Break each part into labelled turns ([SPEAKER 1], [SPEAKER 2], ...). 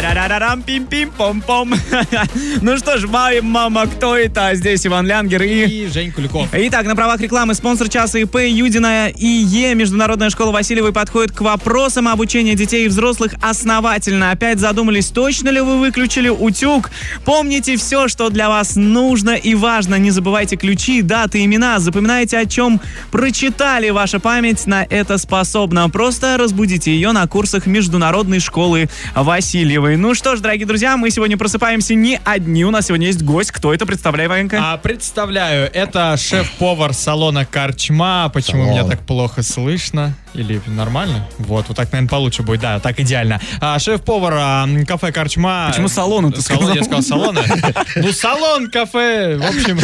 [SPEAKER 1] Тарарарам, пим-пим, пом-пом. Ну что ж, май, мама, кто это? А Здесь Иван Лянгер и...
[SPEAKER 2] И Жень Куликов.
[SPEAKER 1] Итак, на правах рекламы спонсор часа ИП Юдина и Е Международная школа Васильевой подходит к вопросам обучения детей и взрослых основательно. Опять задумались, точно ли вы выключили утюг? Помните все, что для вас нужно и важно. Не забывайте ключи, даты, имена. Запоминайте, о чем прочитали. Ваша память на это способна. Просто разбудите ее на курсах Международной школы Васильевой. Ну что ж, дорогие друзья, мы сегодня просыпаемся не одни. У нас сегодня есть гость. Кто это? Представляй, Ванька.
[SPEAKER 2] А представляю, это шеф-повар салона Корчма. Почему
[SPEAKER 3] Салон.
[SPEAKER 2] меня так плохо слышно? Или нормально? Вот, вот так, наверное, получше будет. Да, так идеально. А, шеф-повар а, м, кафе Корчма.
[SPEAKER 1] Почему салона ты
[SPEAKER 2] Салон,
[SPEAKER 1] сказал?
[SPEAKER 2] я сказал салона. Ну, салон, кафе, в общем.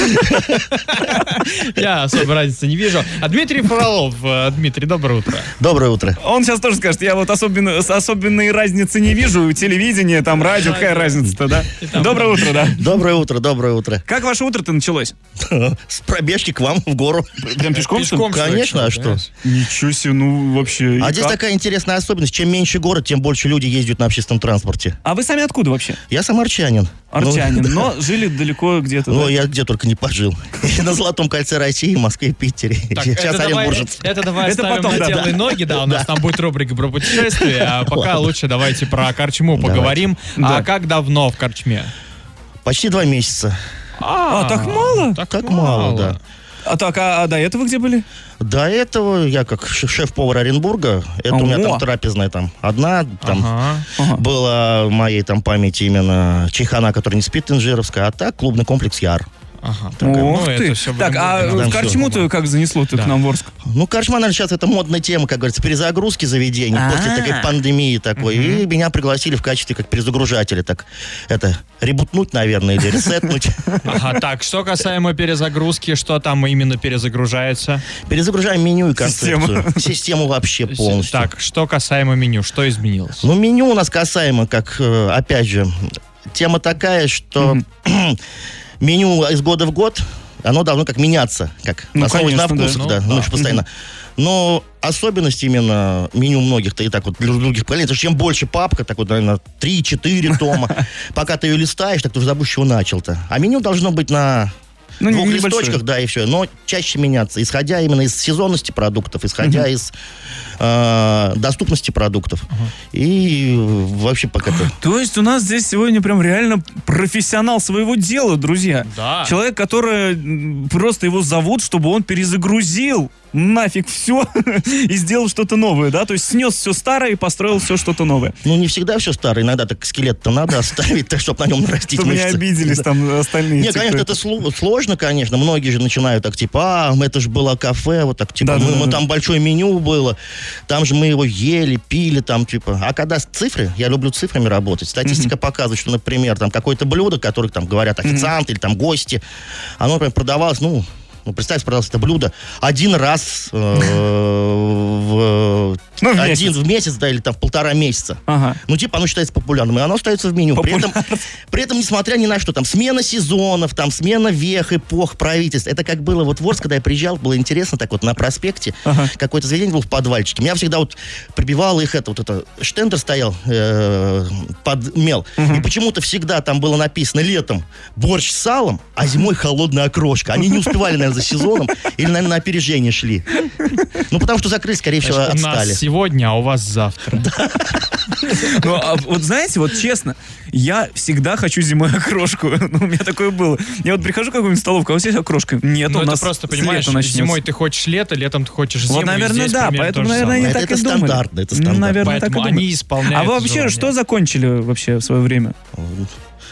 [SPEAKER 2] Я особой разницы не вижу. А Дмитрий Фролов. э, Дмитрий, доброе утро.
[SPEAKER 3] Доброе утро.
[SPEAKER 1] Он сейчас тоже скажет, я вот особенно, с- особенной разницы не вижу. Телевидение, там, радио, какая разница-то, да? Доброе утро, да.
[SPEAKER 3] Доброе утро, доброе утро.
[SPEAKER 1] Как ваше утро-то началось?
[SPEAKER 3] С пробежки к вам в гору.
[SPEAKER 1] Прям пешком? что ли?
[SPEAKER 2] Э, Пешком, что ли,
[SPEAKER 3] Конечно, а что?
[SPEAKER 2] понимаешь?
[SPEAKER 1] Ничего себе, ну вообще. и
[SPEAKER 3] А здесь
[SPEAKER 1] как?
[SPEAKER 3] такая интересная особенность. Чем меньше город, тем больше люди ездят на общественном транспорте.
[SPEAKER 1] А вы сами откуда вообще?
[SPEAKER 3] Я сам арчанин.
[SPEAKER 1] Арчанин,
[SPEAKER 3] Ну,
[SPEAKER 1] но жили далеко где-то.
[SPEAKER 3] Ну,
[SPEAKER 1] да?
[SPEAKER 3] я где только не пожил. И на Золотом кольце России, в Москве и Питере.
[SPEAKER 2] Так,
[SPEAKER 3] Сейчас
[SPEAKER 2] это давай,
[SPEAKER 3] Оренбуржец.
[SPEAKER 2] это давай
[SPEAKER 1] Это
[SPEAKER 2] оставим
[SPEAKER 1] потом,
[SPEAKER 2] на
[SPEAKER 1] да,
[SPEAKER 2] тело и
[SPEAKER 1] да.
[SPEAKER 2] ноги, да, у нас там будет рубрика про путешествия, а пока
[SPEAKER 3] Ладно.
[SPEAKER 2] лучше давайте про корчму поговорим.
[SPEAKER 1] Да.
[SPEAKER 2] А как давно в корчме?
[SPEAKER 3] Почти два месяца.
[SPEAKER 1] А, так мало?
[SPEAKER 3] Так мало, да.
[SPEAKER 1] А так, а, а до этого где были?
[SPEAKER 3] До этого я как ш- шеф-повар Оренбурга, это у меня
[SPEAKER 1] Ого.
[SPEAKER 3] там трапезная там одна, там
[SPEAKER 2] Ага.
[SPEAKER 1] Ага.
[SPEAKER 3] была в моей там памяти именно чайхана, которая не спит инжировская, а так клубный комплекс Яр.
[SPEAKER 2] Ага.
[SPEAKER 1] Ох
[SPEAKER 2] ну, это
[SPEAKER 1] ты.
[SPEAKER 2] всё
[SPEAKER 1] так,
[SPEAKER 2] будем
[SPEAKER 1] а
[SPEAKER 2] выбирать.
[SPEAKER 1] в Корчму-то как занесло-то
[SPEAKER 2] Да.
[SPEAKER 1] к нам в Орск?
[SPEAKER 3] Ну, корчма, наверное, сейчас это модная тема, как говорится, перезагрузки заведений после
[SPEAKER 1] А-а.
[SPEAKER 3] такой пандемии такой. И меня пригласили в качестве как перезагружателя, так это ребутнуть, наверное, или ресетнуть.
[SPEAKER 2] Ага, так, что касаемо перезагрузки, что там именно перезагружается?
[SPEAKER 3] Перезагружаем меню и
[SPEAKER 1] Систему.
[SPEAKER 3] концепцию. Систему вообще полностью.
[SPEAKER 2] Так, что касаемо меню, что изменилось?
[SPEAKER 3] Ну, меню у нас касаемо, как, э, опять же, тема такая, что меню из года в год, оно должно как меняться, как
[SPEAKER 1] Ну,
[SPEAKER 3] основываясь на
[SPEAKER 1] конечно, да.
[SPEAKER 3] вкусах,
[SPEAKER 2] Ну,
[SPEAKER 3] да,
[SPEAKER 2] да.
[SPEAKER 3] мы же постоянно. Но особенность именно меню многих-то и так вот для других поколений, потому что чем больше папка, так вот, наверное, 3-4 тома, пока ты ее листаешь, так ты уже забудешь, чего начал-то. А меню должно быть на
[SPEAKER 1] Ну,
[SPEAKER 3] двух
[SPEAKER 1] небольшое.
[SPEAKER 3] листочках, да, и все. Но чаще меняться, исходя именно из сезонности продуктов, исходя из э, доступности продуктов. И э, вообще пока-то...
[SPEAKER 1] То есть у нас здесь сегодня прям реально профессионал своего дела, друзья.
[SPEAKER 2] Да.
[SPEAKER 1] Человек, который м, просто его зовут, чтобы он перезагрузил нафиг все и сделал что-то новое, да? То есть снес все старое и построил все что-то новое.
[SPEAKER 3] Ну, не всегда все старое, иногда так скелет-то надо оставить, так, чтобы на нем нарастить
[SPEAKER 1] Чтобы не
[SPEAKER 3] мышцы.
[SPEAKER 1] обиделись там остальные.
[SPEAKER 3] Не,
[SPEAKER 1] те,
[SPEAKER 3] конечно,
[SPEAKER 1] кто
[SPEAKER 3] это сло- сложно, конечно. Многие же начинают так, типа, а, это же было кафе, вот так, типа,
[SPEAKER 1] Да, да,
[SPEAKER 3] мы,
[SPEAKER 1] да,
[SPEAKER 3] мы
[SPEAKER 1] да.
[SPEAKER 3] там большое меню было, там же мы его ели, пили, там, типа. А когда с- цифры, я люблю цифрами работать, статистика показывает, что, например, там какое-то блюдо, которое там говорят официанты или там гости, оно, например, продавалось, ну, ну, представьте, продавалось это блюдо один раз э, в...
[SPEAKER 1] Ну, в
[SPEAKER 3] Один в месяц, да, или там в полтора месяца.
[SPEAKER 1] Ага.
[SPEAKER 3] Ну, типа, оно считается популярным, и оно остается в меню. При этом, при этом, несмотря ни на что, там смена сезонов, там смена вех, эпох, правительств. Это как было вот в Орск, когда я приезжал, было интересно, так вот на проспекте
[SPEAKER 1] Ага.
[SPEAKER 3] какое-то заведение было в подвальчике. Меня всегда вот прибивало их это, вот это, штендер стоял э, под мел. И почему-то всегда там было написано летом борщ с салом, а зимой холодная окрошка. Они не успевали, наверное, за сезоном или, наверное, на опережение шли. Ну, потому что закрыли, скорее всего,
[SPEAKER 2] Значит, у нас
[SPEAKER 3] отстали.
[SPEAKER 2] сегодня, а у вас завтра.
[SPEAKER 1] Ну, а вот знаете, вот честно, я всегда хочу зимой окрошку. Ну, у меня такое было. Я вот прихожу в какую-нибудь столовку, а у вас есть окрошка? Нет,
[SPEAKER 2] Ну,
[SPEAKER 1] у
[SPEAKER 2] это
[SPEAKER 1] нас
[SPEAKER 2] просто,
[SPEAKER 1] с
[SPEAKER 2] понимаешь,
[SPEAKER 1] лета начнется.
[SPEAKER 2] зимой ты хочешь лето, летом ты хочешь зиму.
[SPEAKER 1] Вот,
[SPEAKER 2] и
[SPEAKER 1] наверное,
[SPEAKER 2] здесь
[SPEAKER 1] да,
[SPEAKER 2] примерно
[SPEAKER 1] поэтому,
[SPEAKER 2] то же
[SPEAKER 1] наверное, они
[SPEAKER 2] самое.
[SPEAKER 1] так
[SPEAKER 3] Это
[SPEAKER 1] и думали.
[SPEAKER 3] стандартно, это стандартно.
[SPEAKER 1] Наверное, так и
[SPEAKER 2] Поэтому
[SPEAKER 1] думали.
[SPEAKER 2] они исполняют.
[SPEAKER 1] А вы вообще
[SPEAKER 2] желание.
[SPEAKER 1] что закончили вообще в свое время?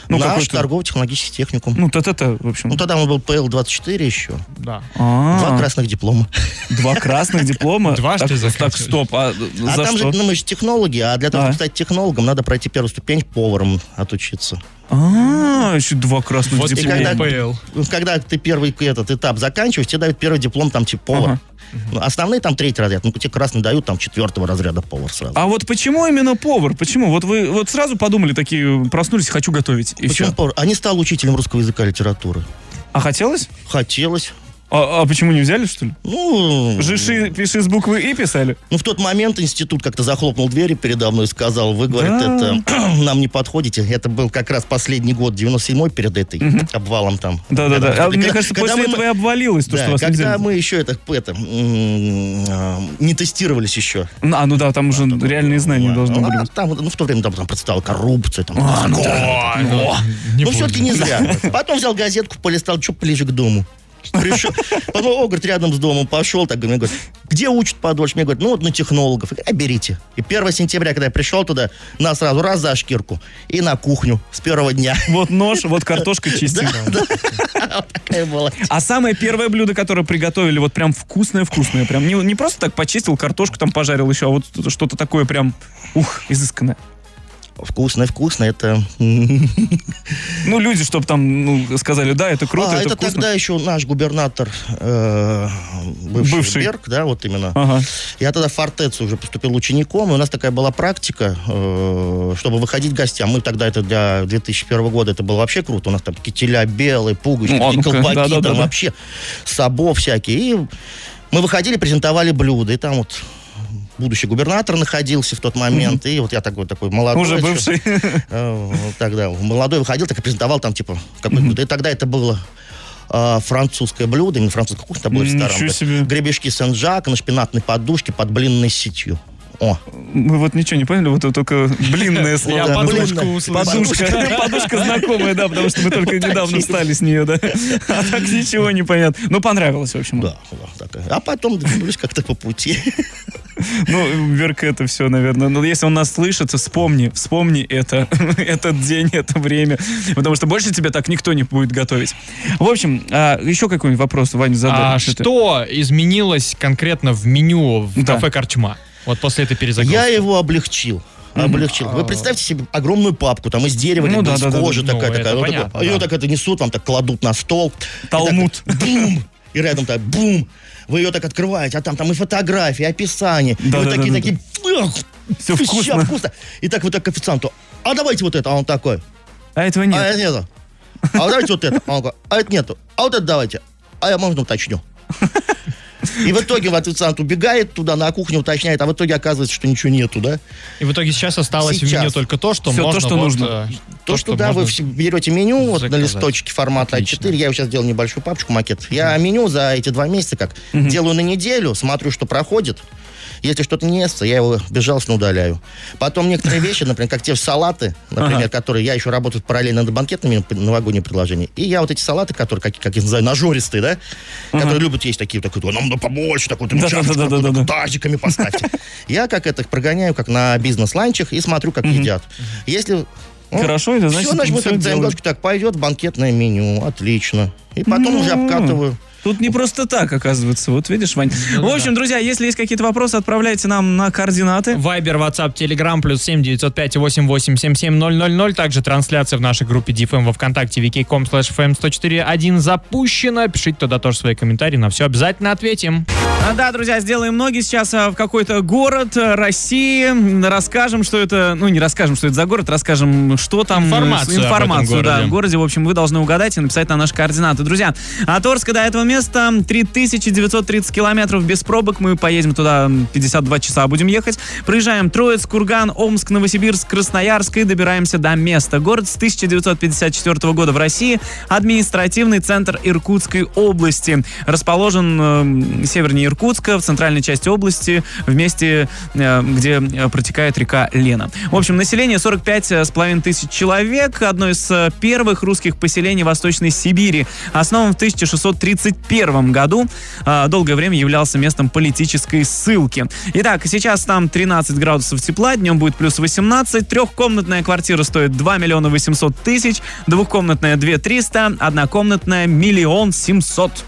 [SPEAKER 1] Ну,
[SPEAKER 3] Наш
[SPEAKER 1] какой-то-
[SPEAKER 3] торгово-технологический техникум.
[SPEAKER 1] Ну, то-то-то, в общем.
[SPEAKER 3] Ну, тогда он был ПЛ-24 еще.
[SPEAKER 2] Да.
[SPEAKER 1] А,
[SPEAKER 3] Два красных диплома.
[SPEAKER 1] два красных диплома.
[SPEAKER 2] Дважды
[SPEAKER 1] Так,
[SPEAKER 2] заканчивали.
[SPEAKER 1] Так, стоп, а
[SPEAKER 3] а
[SPEAKER 1] за
[SPEAKER 3] там
[SPEAKER 1] что?
[SPEAKER 3] же, ну, мы же технологи, а для того,
[SPEAKER 1] А.
[SPEAKER 3] чтобы стать технологом, надо пройти первую ступень поваром отучиться.
[SPEAKER 1] А, еще два красных
[SPEAKER 2] Вот
[SPEAKER 3] и
[SPEAKER 2] тебе
[SPEAKER 1] диплома.
[SPEAKER 2] и
[SPEAKER 3] когда-
[SPEAKER 2] ПЛ.
[SPEAKER 3] Ну, Когда ты первый этот этап заканчиваешь, тебе дают первый диплом там типа повар.
[SPEAKER 1] Ага.
[SPEAKER 3] Ну, Основные там третий разряд, ну тебе красный дают там четвертого разряда повар сразу.
[SPEAKER 1] А вот почему именно повар? Почему? Вот вы вот сразу подумали такие, проснулись, хочу готовить. И
[SPEAKER 3] Почему
[SPEAKER 1] всё.
[SPEAKER 3] повар? А не стал учителем русского языка и литературы.
[SPEAKER 1] А хотелось?
[SPEAKER 3] Хотелось.
[SPEAKER 1] А, а почему не взяли, что ли?
[SPEAKER 3] Ну,
[SPEAKER 1] Жиши, пиши с буквы И писали.
[SPEAKER 3] ну, в тот момент институт как-то захлопнул двери передо мной и сказал, вы, говорит,
[SPEAKER 1] Да.
[SPEAKER 3] это нам не подходите. Это был как раз последний год, 97-й, перед этой обвалом там.
[SPEAKER 1] Да-да-да. А
[SPEAKER 3] Когда-
[SPEAKER 1] Мне
[SPEAKER 3] когда-
[SPEAKER 1] кажется,
[SPEAKER 3] когда
[SPEAKER 1] после
[SPEAKER 3] мы-
[SPEAKER 1] этого и обвалилось то,
[SPEAKER 3] Да,
[SPEAKER 1] что вас не
[SPEAKER 3] когда
[SPEAKER 1] взяли.
[SPEAKER 3] мы еще это, это, м, а, не тестировались еще.
[SPEAKER 1] А, ну да, там уже реальные знания должны
[SPEAKER 3] Ну,
[SPEAKER 1] были
[SPEAKER 3] а
[SPEAKER 1] быть.
[SPEAKER 3] Там, ну, в то время там, там представила коррупцию. Там,
[SPEAKER 1] А, ну да.
[SPEAKER 2] Ой, ну,
[SPEAKER 3] ну, все-таки не
[SPEAKER 2] буду.
[SPEAKER 3] зря. Потом взял газетку, полистал, что ближе к дому. Пришел. Потом, о, говорит, рядом с домом пошел. Так, мне говорит, где учат подольше? Мне говорят, ну вот на технологов. Я говорю, а берите. И 1 сентября, когда я пришел туда, нас сразу раз за шкирку и на кухню с первого дня.
[SPEAKER 1] Вот нож, вот картошка чистим.
[SPEAKER 3] Такая была.
[SPEAKER 1] А самое первое блюдо, которое приготовили, вот прям вкусное-вкусное. Прям не, не просто так почистил, картошку там пожарил еще, а вот что-то такое прям, ух, изысканное.
[SPEAKER 3] Вкусно, вкусно, это...
[SPEAKER 1] Ну, люди, чтобы там ну, сказали, да, это круто,
[SPEAKER 3] а,
[SPEAKER 1] это,
[SPEAKER 3] это
[SPEAKER 1] вкусно.
[SPEAKER 3] тогда еще наш губернатор, э, бывший,
[SPEAKER 1] Бывший.
[SPEAKER 3] Берг, да, вот именно.
[SPEAKER 1] Ага.
[SPEAKER 3] Я тогда в фортецу уже поступил учеником, и у нас такая была практика, э, чтобы выходить к гостям. Мы тогда, это для 2001 года, это было вообще круто. У нас там кителя белые, пуговички,
[SPEAKER 1] Ну, а ну-ка,
[SPEAKER 3] колпаки,
[SPEAKER 1] да-да-да-да.
[SPEAKER 3] там вообще сабо всякие. И мы выходили, презентовали блюда, и там вот будущий губернатор находился в тот момент, и вот я такой, такой молодой.
[SPEAKER 1] Уже
[SPEAKER 3] ещё,
[SPEAKER 1] бывший.
[SPEAKER 3] э, вот Тогда молодой выходил, так и презентовал там, типа, какое блюдо. И тогда это было э, французское блюдо, именно французская кухня, там был ресторан.
[SPEAKER 1] Ничего
[SPEAKER 3] да.
[SPEAKER 1] себе.
[SPEAKER 3] Гребешки Сен-Жак на шпинатной подушке под блинной сетью. О,
[SPEAKER 1] Мы вот ничего не поняли, вот это только блинное
[SPEAKER 2] Я
[SPEAKER 1] слово.
[SPEAKER 3] Ладно,
[SPEAKER 1] назвали.
[SPEAKER 2] подушку
[SPEAKER 3] блин,
[SPEAKER 2] услышал.
[SPEAKER 1] Подушка, подушка знакомая, да, потому что мы только недавно встали с нее, да. А так ничего не понятно. Ну, понравилось, в общем.
[SPEAKER 3] да, да, так. А потом двинулись как-то по пути.
[SPEAKER 1] Ну, Верка, это все, наверное. Но если он нас слышит, вспомни, вспомни это, этот день, это время. Потому что больше тебе так никто не будет готовить. В общем, а, еще какой-нибудь вопрос, Ваня, задай.
[SPEAKER 2] А что изменилось конкретно в меню в
[SPEAKER 1] Да.
[SPEAKER 2] кафе «Корчма»? Вот после этой перезагрузки.
[SPEAKER 3] Я его облегчил. Облегчил. Вы представьте себе огромную папку, там из дерева,
[SPEAKER 1] А. Ну
[SPEAKER 3] либо
[SPEAKER 1] да,
[SPEAKER 3] из
[SPEAKER 1] да, да,
[SPEAKER 3] кожи
[SPEAKER 2] да.
[SPEAKER 3] такая,
[SPEAKER 2] Ну, это
[SPEAKER 3] такая. Вот такой-
[SPEAKER 2] понятно,
[SPEAKER 3] Ее
[SPEAKER 2] да.
[SPEAKER 3] так это несут, вам так кладут на стол. И так
[SPEAKER 1] Талмуд.
[SPEAKER 3] бум! И рядом так бум! Вы ее так открываете, а там там и фотографии, и описание. И
[SPEAKER 1] Да,
[SPEAKER 3] вы
[SPEAKER 1] да,
[SPEAKER 3] такие,
[SPEAKER 1] да, да,
[SPEAKER 3] такие, «Ах,
[SPEAKER 1] Всё
[SPEAKER 3] ща
[SPEAKER 1] вкусно».
[SPEAKER 3] вкусно. И так вы так к официанту, а давайте вот это, а он такой,
[SPEAKER 1] А этого
[SPEAKER 3] А
[SPEAKER 1] нет.
[SPEAKER 3] это нету. А вот давайте вот это. А он говорит, а это нету. А вот это давайте. А я, можно, уточню. И в итоге вот официант убегает туда, на кухню уточняет, а в итоге оказывается, что ничего нету, да?
[SPEAKER 2] И в итоге сейчас осталось в
[SPEAKER 3] Сейчас.
[SPEAKER 2] меню только то, что
[SPEAKER 1] Всё, то,
[SPEAKER 2] можно.
[SPEAKER 1] что
[SPEAKER 2] вот,
[SPEAKER 1] нужно.
[SPEAKER 2] э,
[SPEAKER 3] То, что, да,
[SPEAKER 2] можно-
[SPEAKER 3] вы все берете меню вот на
[SPEAKER 2] заказать.
[SPEAKER 3] листочке формата
[SPEAKER 2] Отлично.
[SPEAKER 3] А4, я сейчас делал небольшую папочку, макет. Я меню за эти два месяца как делаю на неделю, смотрю, что проходит. Если что-то не естся, я его безжалостно удаляю. Потом некоторые вещи, например, как те салаты, например,
[SPEAKER 1] Ага.
[SPEAKER 3] которые я еще работаю параллельно над банкетными новогодними предложениями. И я вот эти салаты, которые, как, как я называю, нажористые, да, которые любят есть такие, такой, нам надо побольше, такой, там,
[SPEAKER 1] Да-да-да-да-да-да.
[SPEAKER 3] чашечку такую, такую, тазиками поставьте. Я как это их прогоняю, как на бизнес-ланчах, и смотрю, как едят. Если ну,
[SPEAKER 1] Хорошо, это значит,
[SPEAKER 3] все, значит,
[SPEAKER 1] мы
[SPEAKER 3] вот
[SPEAKER 1] всё
[SPEAKER 3] так,
[SPEAKER 1] делаем.
[SPEAKER 3] заимгашка, так пойдет банкетное меню, отлично. И потом уже
[SPEAKER 1] Ну.
[SPEAKER 3] обкатываю.
[SPEAKER 1] Тут не просто так, оказывается. Вот видишь, Вань. В общем, друзья, если есть какие-то вопросы, отправляйте нам на координаты.
[SPEAKER 2] Вайбер, WhatsApp, Telegram, плюс 7 905 000. Также трансляция в нашей группе DFM во Вконтакте, vk.com slash fm1041 запущена. Пишите туда тоже свои комментарии, на все обязательно ответим.
[SPEAKER 1] А, Да, друзья, сделаем ноги сейчас а, в какой-то город а, России. М, Расскажем, что это... Ну, не расскажем, что это за город, расскажем, что там... э, с-
[SPEAKER 2] Информацию об этом
[SPEAKER 1] Информацию, да,
[SPEAKER 2] городе.
[SPEAKER 1] в городе. В общем, вы должны угадать и написать на наши координаты. Друзья, от Орска до этого места 3930 километров без пробок. Мы поедем туда м, 52 часа будем ехать. Проезжаем Троицк, Курган, Омск, Новосибирск, Красноярск и добираемся до места. Город с 1954 года в России, административный центр Иркутской области. Расположен эм, севернее Иркутска, в центральной части области, в месте, э, где э, протекает река Лена. В общем, население 45,5 тысяч человек, одно из э, первых русских поселений Восточной Сибири, основан в 1631 году. Э, Долгое время являлся местом политической ссылки. Итак, сейчас там 13 градусов тепла, днем будет плюс 18. Трехкомнатная квартира стоит 2 миллиона 800 тысяч, двухкомнатная 2 300, однокомнатная миллион 700.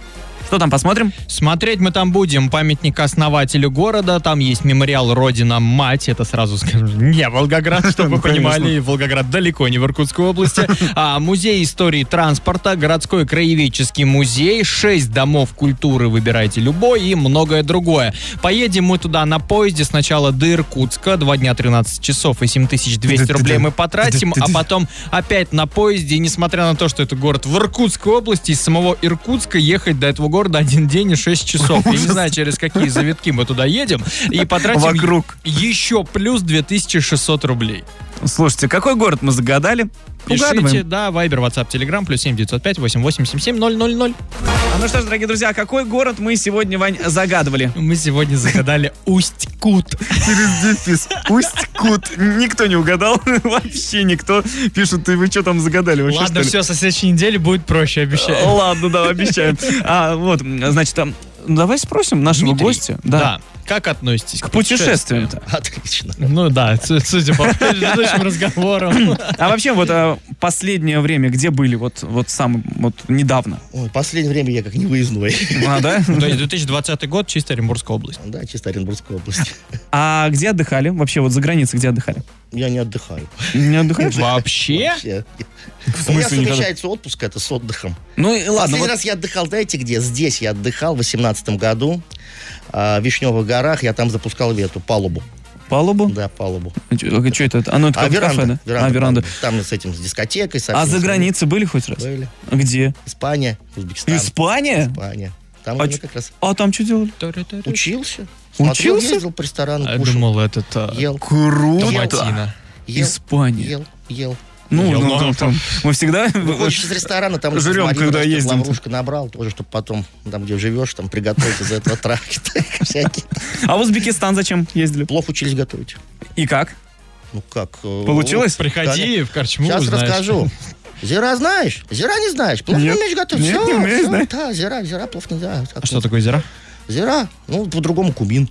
[SPEAKER 1] Что там, посмотрим?
[SPEAKER 2] Смотреть мы там будем памятник основателю города. Там есть мемориал «Родина Мать». Это сразу скажу, не Волгоград, чтобы
[SPEAKER 1] Ну,
[SPEAKER 2] вы
[SPEAKER 1] конечно.
[SPEAKER 2] понимали. Волгоград далеко не в Иркутской области. А, Музей истории транспорта, городской краеведческий музей, шесть домов культуры, выбирайте любой и многое другое. Поедем мы туда на поезде сначала до Иркутска, два дня 13 часов и 7200 рублей мы потратим, а потом опять на поезде. И несмотря на то, что это город в Иркутской области, из самого Иркутска ехать до этого города города один день и 6 часов. Я не знаю, через какие завитки мы туда едем. И потратим
[SPEAKER 1] Вокруг.
[SPEAKER 2] еще плюс 2600 рублей.
[SPEAKER 1] Слушайте, какой город мы загадали?
[SPEAKER 2] Пишите,
[SPEAKER 1] Угадываем.
[SPEAKER 2] да, Вайбер, Ватсап, Телеграм, плюс 7 905 8877 000.
[SPEAKER 1] А ну что ж, дорогие друзья, какой город мы сегодня, Вань, загадывали?
[SPEAKER 2] Мы сегодня загадали Усть-Кут.
[SPEAKER 1] Через дефис. Пусть кут. Никто не угадал. Вообще никто. Пишут, вы что там загадали вообще,
[SPEAKER 2] Ладно,
[SPEAKER 1] что ли?»
[SPEAKER 2] все, со следующей недели будет проще, обещаю.
[SPEAKER 1] Ладно, да, обещаем. А, вот, значит, а, ну, давай спросим нашего
[SPEAKER 2] Дмитрий,
[SPEAKER 1] гостя.
[SPEAKER 2] Да. Как относитесь
[SPEAKER 1] К путешествиям-то.
[SPEAKER 3] Отлично.
[SPEAKER 2] Ну да, су- судя по предыдущим разговорам.
[SPEAKER 1] А вообще, вот а, последнее время, где были? Вот, вот сам, вот недавно.
[SPEAKER 3] Ой, последнее время я как не выездной.
[SPEAKER 1] А, да?
[SPEAKER 2] Ну, То есть 2020 год, чисто Оренбургская область.
[SPEAKER 3] Да, чисто Оренбургская область.
[SPEAKER 1] А где отдыхали? Вообще, вот за границей где отдыхали?
[SPEAKER 3] Я не отдыхаю.
[SPEAKER 1] Не отдыхаешь?
[SPEAKER 2] Вообще?
[SPEAKER 3] Вообще. У меня
[SPEAKER 1] смысле никогда?
[SPEAKER 3] совмещается отпуск это с отдыхом.
[SPEAKER 1] Ну и ладно,
[SPEAKER 3] Последний
[SPEAKER 1] вот
[SPEAKER 3] раз я отдыхал, знаете где? Здесь я отдыхал в 18 году. а, В Вишневых горах я там запускал эту палубу.
[SPEAKER 1] палубу.
[SPEAKER 3] Да, палубу.
[SPEAKER 1] Что это? А, ну, это
[SPEAKER 3] А
[SPEAKER 1] как
[SPEAKER 3] веранда,
[SPEAKER 1] кафе, да?
[SPEAKER 3] веранда,
[SPEAKER 1] А, веранда.
[SPEAKER 3] там- Там с этим, с дискотекой. со
[SPEAKER 1] А
[SPEAKER 3] всем
[SPEAKER 1] за
[SPEAKER 3] своим.
[SPEAKER 1] границей были хоть раз?
[SPEAKER 3] Были.
[SPEAKER 1] Где?
[SPEAKER 3] Испания, Узбекистан.
[SPEAKER 1] Испания?
[SPEAKER 3] Испания. Там
[SPEAKER 1] А
[SPEAKER 3] я
[SPEAKER 1] чё-
[SPEAKER 3] как раз
[SPEAKER 1] А там что делали?
[SPEAKER 3] учился. Смотрел,
[SPEAKER 1] Учился?
[SPEAKER 3] ездил по ресторанам,
[SPEAKER 2] Я
[SPEAKER 3] кушал.
[SPEAKER 2] думал, этот а,
[SPEAKER 3] Ел,
[SPEAKER 1] Круто!
[SPEAKER 2] Томатина.
[SPEAKER 3] ел,
[SPEAKER 1] Испания.
[SPEAKER 3] ел, ел.
[SPEAKER 1] Ну,
[SPEAKER 2] Ел,
[SPEAKER 1] ну,
[SPEAKER 2] ну,
[SPEAKER 1] там- там мы всегда...
[SPEAKER 3] Выходишь из ресторана, там
[SPEAKER 1] Жрём, когда ездим.
[SPEAKER 3] лаврушка набрал, тоже, чтобы потом, там, где живешь, там, приготовить из этого травки всякие.
[SPEAKER 1] А в Узбекистан зачем ездили?
[SPEAKER 3] Плов учились готовить.
[SPEAKER 1] И как?
[SPEAKER 3] Ну как? э,
[SPEAKER 1] Получилось?
[SPEAKER 2] Приходи в корчму,
[SPEAKER 3] Сейчас
[SPEAKER 2] узнаешь.
[SPEAKER 3] расскажу. Зира знаешь? Зира не знаешь. Плов не
[SPEAKER 1] Нет.
[SPEAKER 3] умеешь готовить.
[SPEAKER 1] Нет,
[SPEAKER 3] Всё,
[SPEAKER 1] не умею,
[SPEAKER 3] всё,
[SPEAKER 1] знаю.
[SPEAKER 3] Да, зира, зира, плов нельзя.
[SPEAKER 2] А Что такое зира?
[SPEAKER 3] Зира, ну, по-другому кубин.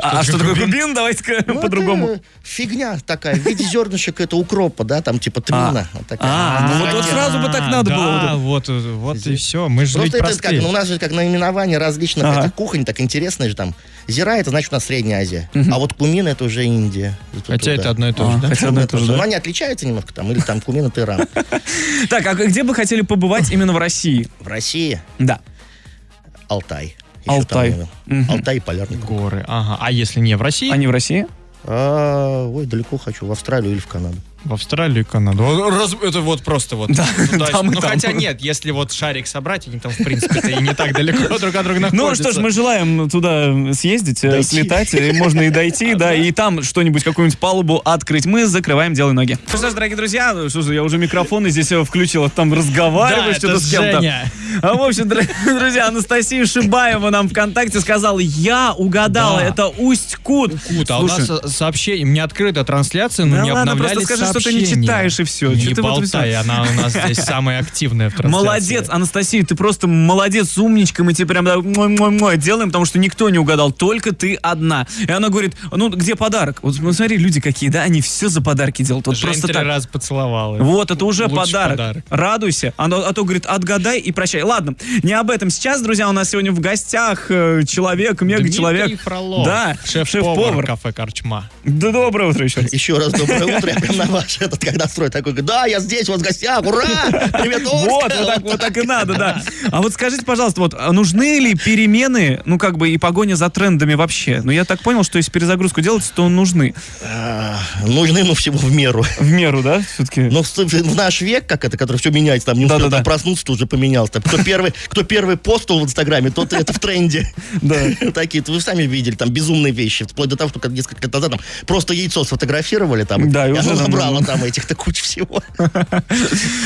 [SPEAKER 1] А а что такое кубин? Давайте-ка
[SPEAKER 3] Ну, это
[SPEAKER 1] по-другому.
[SPEAKER 3] Фигня такая, в виде зернышек это укропа, да, там типа тмина. вот такая.
[SPEAKER 1] А, ну
[SPEAKER 3] Она
[SPEAKER 1] вот- вот
[SPEAKER 3] такая.
[SPEAKER 1] сразу бы так надо
[SPEAKER 2] да,
[SPEAKER 1] было.
[SPEAKER 2] вот, э, вот и все. Мы же ведь
[SPEAKER 3] Просто это как,
[SPEAKER 2] простые.
[SPEAKER 3] ну, у нас же как наименование различных
[SPEAKER 1] Ага.
[SPEAKER 3] этих кухонь, так интересно же там. Зира это значит у нас Средняя Азия, а вот кумин это уже Индия.
[SPEAKER 2] Хотя это одно и то
[SPEAKER 1] А,
[SPEAKER 2] же, да?
[SPEAKER 1] хотя одно и то же, да?
[SPEAKER 3] Но они отличаются немножко там, или там кумин это Иран.
[SPEAKER 1] Так, а где бы хотели побывать именно в России?
[SPEAKER 3] В России
[SPEAKER 1] Да.
[SPEAKER 3] Алтай. Ещё там
[SPEAKER 1] Алтай.
[SPEAKER 3] не был.
[SPEAKER 1] Мгм.
[SPEAKER 3] Алтай и полярный круг.
[SPEAKER 2] Горы, ага. А если не в России?
[SPEAKER 1] А не в России?
[SPEAKER 3] А, ой, далеко хочу, в Австралию или в Канаду.
[SPEAKER 2] В Австралию и Канаду. Вот Ну, раз- это вот просто вот.
[SPEAKER 1] Да,
[SPEAKER 2] туда-
[SPEAKER 1] там и
[SPEAKER 2] ну,
[SPEAKER 1] там.
[SPEAKER 2] хотя нет, если вот шарик собрать, они там, в принципе, и не так далеко друг от друга находятся.
[SPEAKER 1] Ну что ж, мы желаем туда съездить, э,
[SPEAKER 3] Дойти.
[SPEAKER 1] слетать, и можно и дойти, да, и там что-нибудь, какую-нибудь палубу открыть. Мы закрываем дело ноги. Ну что ж, дорогие друзья, ну, что же, я уже микрофоны здесь э, включил, а там
[SPEAKER 2] да,
[SPEAKER 1] разговариваешь
[SPEAKER 2] это
[SPEAKER 1] что-то с кем-то.
[SPEAKER 2] Женя.
[SPEAKER 1] А в общем, дорогие друзья, Анастасия Шибаева нам ВКонтакте сказала, я угадала,
[SPEAKER 2] Да.
[SPEAKER 1] это Усть-Кут.
[SPEAKER 2] Кут, а у нас
[SPEAKER 1] Слушай,
[SPEAKER 2] э, сообщение, у меня открыта трансляция, но
[SPEAKER 1] Да
[SPEAKER 2] не
[SPEAKER 1] ладно,
[SPEAKER 2] обновлялись
[SPEAKER 1] просто скажи, что ты не
[SPEAKER 2] сообщения.
[SPEAKER 1] читаешь, и всё.
[SPEAKER 2] Не
[SPEAKER 1] Чё ты вот это всё?
[SPEAKER 2] болтай, она у нас здесь самая активная в трансляции.
[SPEAKER 1] Молодец, Анастасия, ты просто молодец, умничка, мы тебе прям да, мой-мой-мой делаем, потому что никто не угадал, только ты одна. И она говорит, ну где подарок? Вот смотри, люди какие, да, они все за подарки делают, вот
[SPEAKER 2] Жень
[SPEAKER 1] просто
[SPEAKER 2] три
[SPEAKER 1] так.
[SPEAKER 2] раза поцеловала.
[SPEAKER 1] Вот, это уже
[SPEAKER 2] Лучший
[SPEAKER 1] подарок.
[SPEAKER 2] подарок.
[SPEAKER 1] Радуйся. А, а то, говорит, отгадай и прощай. Ладно, не об этом сейчас, друзья. У нас сегодня в гостях э, человек,
[SPEAKER 2] Дмитрий
[SPEAKER 1] мега-человек.
[SPEAKER 2] Фролов,
[SPEAKER 1] Да,
[SPEAKER 2] шеф-повар
[SPEAKER 1] шеф-повар.
[SPEAKER 2] кафе «Корчма».
[SPEAKER 1] Да доброе утро еще раз.
[SPEAKER 3] Еще раз доброе утро. Я прям на ваш этот, когда строй такой, говорю, да, я здесь, у вас в гостях, ура! Привет, Орск!
[SPEAKER 1] Вот, вот так, вот так и надо, да. А вот скажите, пожалуйста, вот а нужны ли перемены, ну как бы и погоня за трендами вообще? Ну я так понял, что если перезагрузку делать, то нужны.
[SPEAKER 3] А, Нужны, ну, всему в меру.
[SPEAKER 1] В меру, да, все-таки?
[SPEAKER 3] Но Ну, в в наш век, как это, который все меняется, там не успел
[SPEAKER 1] Да-да-да.
[SPEAKER 3] там проснуться, то уже поменялся. Там Кто первый, кто первый постул в Инстаграме, тот это в тренде.
[SPEAKER 1] Да.
[SPEAKER 3] Такие, вы сами видели, там безумные вещи, вплоть до того, что как несколько лет назад там просто яйцо сфотографировали там,
[SPEAKER 1] Да, и
[SPEAKER 3] и
[SPEAKER 1] уже
[SPEAKER 3] оно
[SPEAKER 1] там,
[SPEAKER 3] набрало
[SPEAKER 1] да.
[SPEAKER 3] там этих то кучу всего.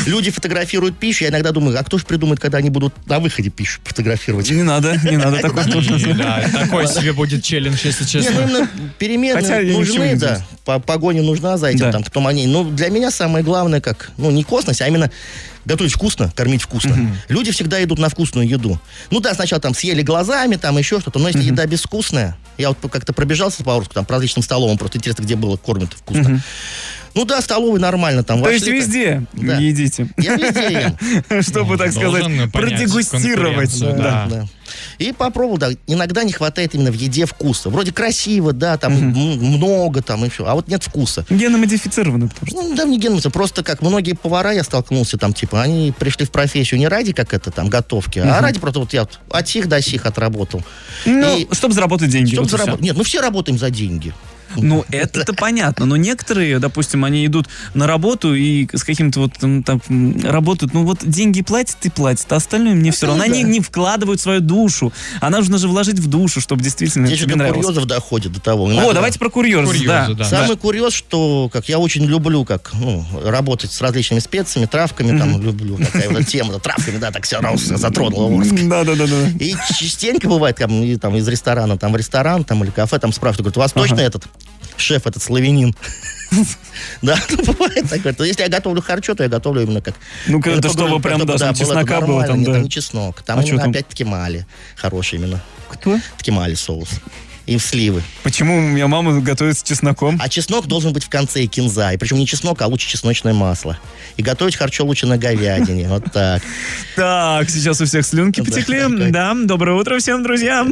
[SPEAKER 3] Люди фотографируют пищу, я иногда думаю, а кто же придумает, когда они будут на выходе пищу фотографировать?
[SPEAKER 1] Не надо, не надо такое
[SPEAKER 2] И,
[SPEAKER 1] тоже.
[SPEAKER 2] да, такой себе будет челлендж, если
[SPEAKER 3] Не, ну
[SPEAKER 2] честно.
[SPEAKER 3] именно перемены
[SPEAKER 1] Хотя я ничего не
[SPEAKER 3] нужны, да.
[SPEAKER 1] удивлюсь.
[SPEAKER 3] По- Погоня нужна за этим,
[SPEAKER 1] Да.
[SPEAKER 3] там, кто маней. Но для меня самое главное, как, ну, не косность, а именно готовить вкусно, кормить вкусно. Люди всегда идут на вкусную еду. Ну да, сначала там съели глазами, там еще что-то, но если еда безвкусная, я вот как-то пробежался по Орску, там, по различным столовым, просто интересно, где было кормят вкусно. Ну да, столовые нормально там
[SPEAKER 1] То есть
[SPEAKER 3] вошли, так.
[SPEAKER 1] везде
[SPEAKER 3] Да.
[SPEAKER 1] едите,
[SPEAKER 3] Я везде ем.
[SPEAKER 1] чтобы,
[SPEAKER 2] Ну,
[SPEAKER 1] так сказать,
[SPEAKER 2] должен понять
[SPEAKER 1] продегустировать.
[SPEAKER 2] конкуренцию,
[SPEAKER 1] Да.
[SPEAKER 2] А.
[SPEAKER 3] Да. И попробовал, да, иногда не хватает именно в еде вкуса. Вроде красиво, да, там м- много, там и все, а вот нет вкуса.
[SPEAKER 1] Геномодифицированы, потому что.
[SPEAKER 3] Ну, да, не генусы, просто как многие повара я столкнулся, там, типа, они пришли в профессию не ради, как это, там, готовки, а ради, просто вот я вот от сих до сих отработал.
[SPEAKER 1] Ну,
[SPEAKER 3] И-
[SPEAKER 1] чтобы заработать деньги.
[SPEAKER 3] Чтоб
[SPEAKER 1] вот и всё.
[SPEAKER 3] заработ- Нет, ну все работаем за деньги.
[SPEAKER 1] Ну, это-то понятно. Но некоторые, допустим, они идут на работу и с каким-то вот м, там м, работают. Ну, вот деньги платят и платят, а остальное мне все
[SPEAKER 3] Ну
[SPEAKER 1] равно. Они не вкладывают свою душу. А нужно же вложить в душу, чтобы действительно
[SPEAKER 3] Здесь же
[SPEAKER 1] тебе
[SPEAKER 3] до
[SPEAKER 1] нравилось.
[SPEAKER 3] курьезов доходит до того.
[SPEAKER 1] О,
[SPEAKER 3] Иногда
[SPEAKER 1] давайте про курьеры. ну, да.
[SPEAKER 2] Курьезы, да.
[SPEAKER 3] Самый курьез, что как я очень люблю, как ну, работать с различными специями, травками, там люблю такая вот тема, да, травками, да, так все равно затронула Орск.
[SPEAKER 1] Да, да, да, да.
[SPEAKER 3] И частенько бывает, там, и, там, из ресторана, там, в ресторан, там, или кафе, там спрашивают, говорят, у вас точно этот шеф, этот славянин? Да, ну, бывает такое. То есть, если я готовлю харчо, то я готовлю именно как...
[SPEAKER 1] Ну, как- да
[SPEAKER 3] Я
[SPEAKER 1] чтобы
[SPEAKER 3] готовлю,
[SPEAKER 1] прям, да,
[SPEAKER 3] готовлю,
[SPEAKER 1] чтобы
[SPEAKER 3] было это
[SPEAKER 1] чеснока было
[SPEAKER 3] нормально,
[SPEAKER 1] там,
[SPEAKER 3] нет,
[SPEAKER 1] да.
[SPEAKER 3] не чеснок. Там
[SPEAKER 1] А чё
[SPEAKER 3] именно
[SPEAKER 1] там?
[SPEAKER 3] опять ткемали. Хороший именно.
[SPEAKER 1] Кто?
[SPEAKER 3] Ткемали соус. И в сливы.
[SPEAKER 1] Почему у меня мама готовит с чесноком?
[SPEAKER 3] А чеснок должен быть в конце и кинза. И причем не чеснок, а лучше чесночное масло. И готовить харчо лучше на говядине. Вот так.
[SPEAKER 1] Так, сейчас у всех слюнки
[SPEAKER 3] Да,
[SPEAKER 1] потекли.
[SPEAKER 3] такой.
[SPEAKER 1] Да, доброе утро всем, друзья.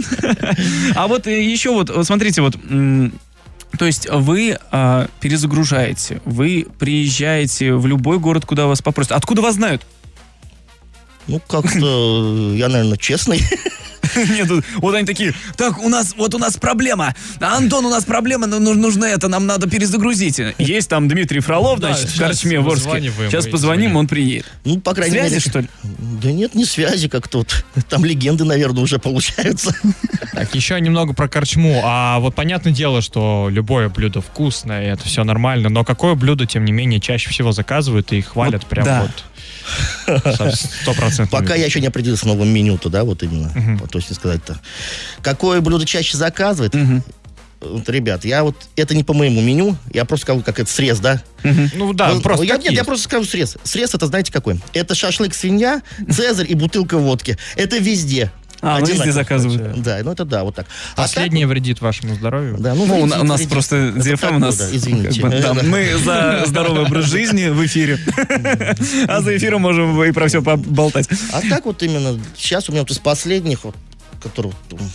[SPEAKER 1] А вот э, еще вот, вот смотрите, вот... м, То есть вы а, перезагружаете, вы приезжаете в любой город, куда вас попросят. Откуда вас знают?
[SPEAKER 3] Ну, как-то я, наверное, честный.
[SPEAKER 1] Нет, тут- вот они такие, так, у нас, вот у нас проблема. Антон, у нас проблема, но нуж- нужно это, нам надо перезагрузить. Есть там Дмитрий Фролов,
[SPEAKER 2] Да,
[SPEAKER 1] значит, в
[SPEAKER 2] щас
[SPEAKER 1] корчме в Орске.
[SPEAKER 2] вызваниваем
[SPEAKER 1] Сейчас
[SPEAKER 2] и
[SPEAKER 1] позвоним,
[SPEAKER 2] звоним.
[SPEAKER 1] он приедет.
[SPEAKER 3] Ну, по крайней
[SPEAKER 1] Связи,
[SPEAKER 3] мере...
[SPEAKER 1] что ли?
[SPEAKER 3] Да нет, не связи как тут. Там легенды, наверное, уже получаются.
[SPEAKER 2] Так, еще немного про корчму. А вот понятное дело, что любое блюдо вкусное, это все нормально, но какое блюдо, тем не менее, чаще всего заказывают и хвалят прям
[SPEAKER 1] да.
[SPEAKER 2] вот со стопроцентными.
[SPEAKER 3] Пока я еще не определился с новым меню-то, да, вот именно,
[SPEAKER 2] Мгм.
[SPEAKER 3] по- точно сказать-то. Какое блюдо чаще заказывает?
[SPEAKER 1] Мгм.
[SPEAKER 3] Вот, ребят, я вот, это не по моему меню, я просто скажу, как это срез, да?
[SPEAKER 2] Ну да,
[SPEAKER 1] А,
[SPEAKER 3] Ну,
[SPEAKER 2] просто
[SPEAKER 3] я,
[SPEAKER 2] как
[SPEAKER 3] Нет, я
[SPEAKER 2] есть.
[SPEAKER 3] просто скажу срез. Срез это, знаете, какой? Это шашлык свинья, цезарь и бутылка водки. Это везде.
[SPEAKER 1] А, ну везде
[SPEAKER 3] Одинаково.
[SPEAKER 1] заказывают.
[SPEAKER 3] Да, ну это да, вот так. А так-
[SPEAKER 2] Последнее вредит вашему здоровью.
[SPEAKER 3] Да, ну,
[SPEAKER 1] Ну, у,
[SPEAKER 3] вредит,
[SPEAKER 1] на- у нас
[SPEAKER 3] вредит.
[SPEAKER 1] просто
[SPEAKER 3] Это
[SPEAKER 1] DFM у
[SPEAKER 3] правда,
[SPEAKER 1] нас...
[SPEAKER 3] да, извините.
[SPEAKER 1] как бы, да, мы за здоровый образ жизни в эфире. А за эфиром можем и про все поболтать.
[SPEAKER 3] А так вот именно сейчас у меня вот из последних, вот, которые вот, м,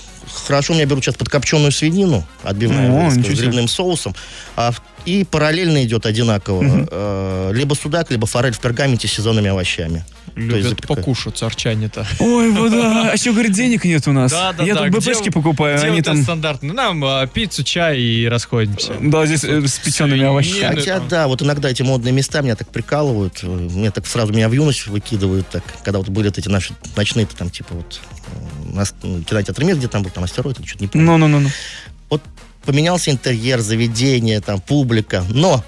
[SPEAKER 3] хорошо у меня берут сейчас подкопченую свинину, отбивная
[SPEAKER 1] О,
[SPEAKER 3] вырезка
[SPEAKER 1] ничего
[SPEAKER 3] с
[SPEAKER 1] себе.
[SPEAKER 3] грибным соусом, а в- и параллельно идет одинаково э, либо судак, либо форель в пергаменте с сезонными овощами. То есть
[SPEAKER 2] Любят
[SPEAKER 3] запекают.
[SPEAKER 2] покушать арчане-то.
[SPEAKER 1] Ой, вот да. А еще, говорит, денег нет у нас. Я тут
[SPEAKER 2] где-
[SPEAKER 1] БПшки покупаю,
[SPEAKER 2] где
[SPEAKER 1] Э, они
[SPEAKER 2] вот это
[SPEAKER 1] там...
[SPEAKER 2] стандартно. Нам а, пиццу, чай и расходимся.
[SPEAKER 1] Да, здесь э, с печеными
[SPEAKER 2] Свинина.
[SPEAKER 1] овощами.
[SPEAKER 3] Хотя,
[SPEAKER 2] ну,
[SPEAKER 3] да, вот иногда эти модные места меня так прикалывают. э, Мне так сразу меня в юность выкидывают, так, когда вот были вот эти наши ночные, там, типа вот э, нас- э, кинотеатр «Мир», где там был, там астероид, или что-то не помню.
[SPEAKER 1] Ну-ну-ну.
[SPEAKER 3] поменялся интерьер, заведение, там, публика, но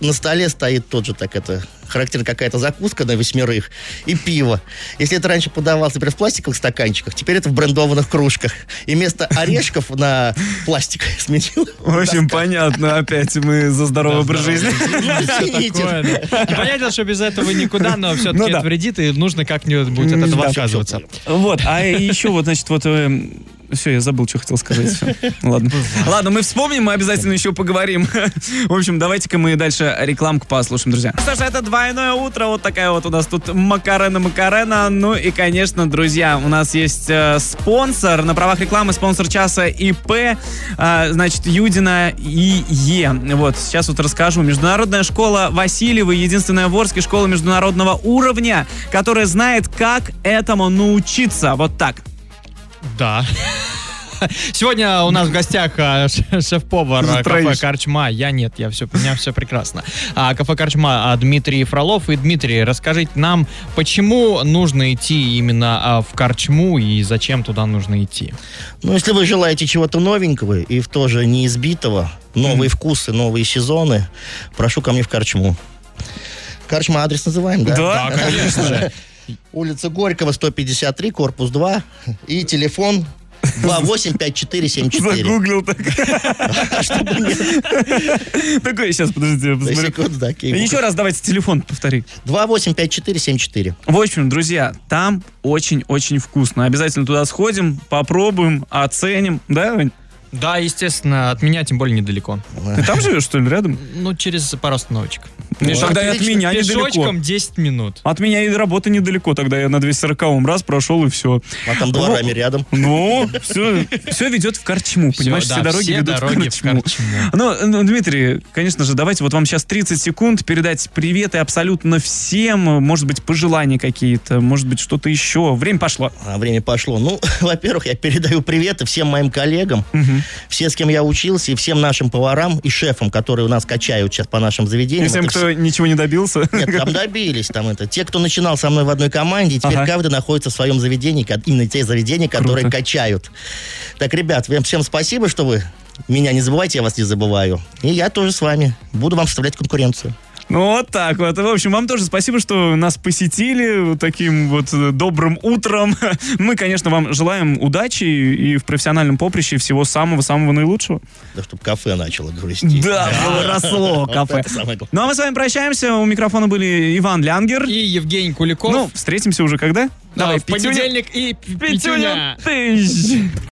[SPEAKER 3] на столе стоит тот же, так это, характерно какая-то закуска на восьмерых и пиво. Если это раньше подавалось, например, в пластиковых стаканчиках, теперь это в брендованных кружках. И вместо орешков на пластик сменил.
[SPEAKER 1] В общем, понятно, опять мы за здоровый
[SPEAKER 2] Да,
[SPEAKER 1] образ
[SPEAKER 2] здоровый
[SPEAKER 1] жизни.
[SPEAKER 3] Извините.
[SPEAKER 2] Такое, да. И Понятно, что без этого никуда, но все-таки
[SPEAKER 1] Ну да.
[SPEAKER 2] это вредит, и нужно как-нибудь от
[SPEAKER 1] М,
[SPEAKER 2] этого
[SPEAKER 1] да.
[SPEAKER 2] отказываться.
[SPEAKER 1] Вот, а еще вот, значит, вот... все, я забыл, что хотел сказать. Всё. Ладно. Ладно, мы вспомним, мы обязательно еще поговорим. В общем, давайте-ка мы дальше рекламку послушаем, друзья. Что ж, это двойное утро. Вот такая вот у нас тут Макарена Макарена. Ну и, конечно, друзья, у нас есть э, спонсор. На правах рекламы спонсор часа ИП, э, значит, Юдина и Е. Вот, сейчас вот расскажу. Международная школа Васильева, единственная в Орске школа международного уровня, которая знает, как этому научиться. Вот так.
[SPEAKER 2] Да. Сегодня у нас в гостях а, ш- шеф-повар а, кафе
[SPEAKER 1] Троишь.
[SPEAKER 2] Корчма. Я нет, я все, у меня все прекрасно. А, кафе Корчма а, Дмитрий Фролов. И Дмитрий, расскажите нам, почему нужно идти именно а, в Корчму и зачем туда нужно идти?
[SPEAKER 3] Ну, если вы желаете чего-то новенького и в то же неизбитого, новые вкусы, новые сезоны, прошу ко мне в Корчму. Корчма адрес называем, да?
[SPEAKER 1] Да,
[SPEAKER 2] конечно же.
[SPEAKER 3] Улица Горького, 153, корпус 2. И телефон 285474.
[SPEAKER 1] Загуглил так. Такой, э, сейчас, подождите, я посмотрю.
[SPEAKER 3] Секунду, да, окей.
[SPEAKER 1] Еще раз давайте телефон повтори.
[SPEAKER 3] 285474.
[SPEAKER 1] В общем, друзья, там очень-очень вкусно. Обязательно туда сходим, попробуем, оценим. Да, Вань?
[SPEAKER 2] Да, естественно, от меня тем более недалеко.
[SPEAKER 3] А
[SPEAKER 1] Ты там живешь, что ли, рядом?
[SPEAKER 2] Ну, через пару остановочек.
[SPEAKER 1] Ну,
[SPEAKER 3] Вот.
[SPEAKER 1] Тогда и от
[SPEAKER 3] Отлично.
[SPEAKER 1] меня недалеко.
[SPEAKER 2] Пешочком 10 минут.
[SPEAKER 1] От меня и работа недалеко, тогда я на 240 раз прошел и все.
[SPEAKER 3] А там дворами рядом.
[SPEAKER 1] Ну, все, ведет в корчму,
[SPEAKER 2] Всё,
[SPEAKER 1] понимаешь,
[SPEAKER 2] да,
[SPEAKER 1] все дороги
[SPEAKER 2] все
[SPEAKER 1] ведут
[SPEAKER 2] дороги
[SPEAKER 1] в корчму. Ну, ну, Дмитрий, конечно же, давайте вот вам сейчас 30 секунд передать приветы абсолютно всем, может быть, пожелания какие-то, может быть, что-то еще. Время пошло.
[SPEAKER 3] А время пошло. Ну, во-первых, я передаю приветы всем моим коллегам, все, с кем я учился, и всем нашим поварам и шефам, которые у нас качают сейчас по нашим заведениям.
[SPEAKER 1] И всем,
[SPEAKER 3] Это
[SPEAKER 1] кто ничего не добился.
[SPEAKER 3] все- Нет, там добились, там это. Те, кто начинал со мной в одной команде, и теперь
[SPEAKER 1] Ага.
[SPEAKER 3] каждый находится в своем заведении, ко- именно те заведения, которые
[SPEAKER 1] Круто.
[SPEAKER 3] качают. Так, ребят, вам всем спасибо, что вы меня не забывайте, я вас не забываю. И я тоже с вами. Буду вам составлять конкуренцию.
[SPEAKER 1] Ну, вот так вот. В общем, вам тоже спасибо, что нас посетили вот таким вот э, добрым утром. Мы, конечно, вам желаем удачи и в профессиональном поприще всего самого-самого наилучшего.
[SPEAKER 3] Да, чтобы кафе начало грусти.
[SPEAKER 1] Да, росло кафе.
[SPEAKER 3] Это самое главное.
[SPEAKER 1] Ну, а мы с вами прощаемся. У микрофона были Иван Лянгер.
[SPEAKER 2] И Евгений Куликов.
[SPEAKER 1] Ну, встретимся уже когда?
[SPEAKER 2] Давай, в
[SPEAKER 1] Петюня.
[SPEAKER 2] понедельник и п-
[SPEAKER 1] Петюня,
[SPEAKER 2] Петюня.
[SPEAKER 1] ты ж-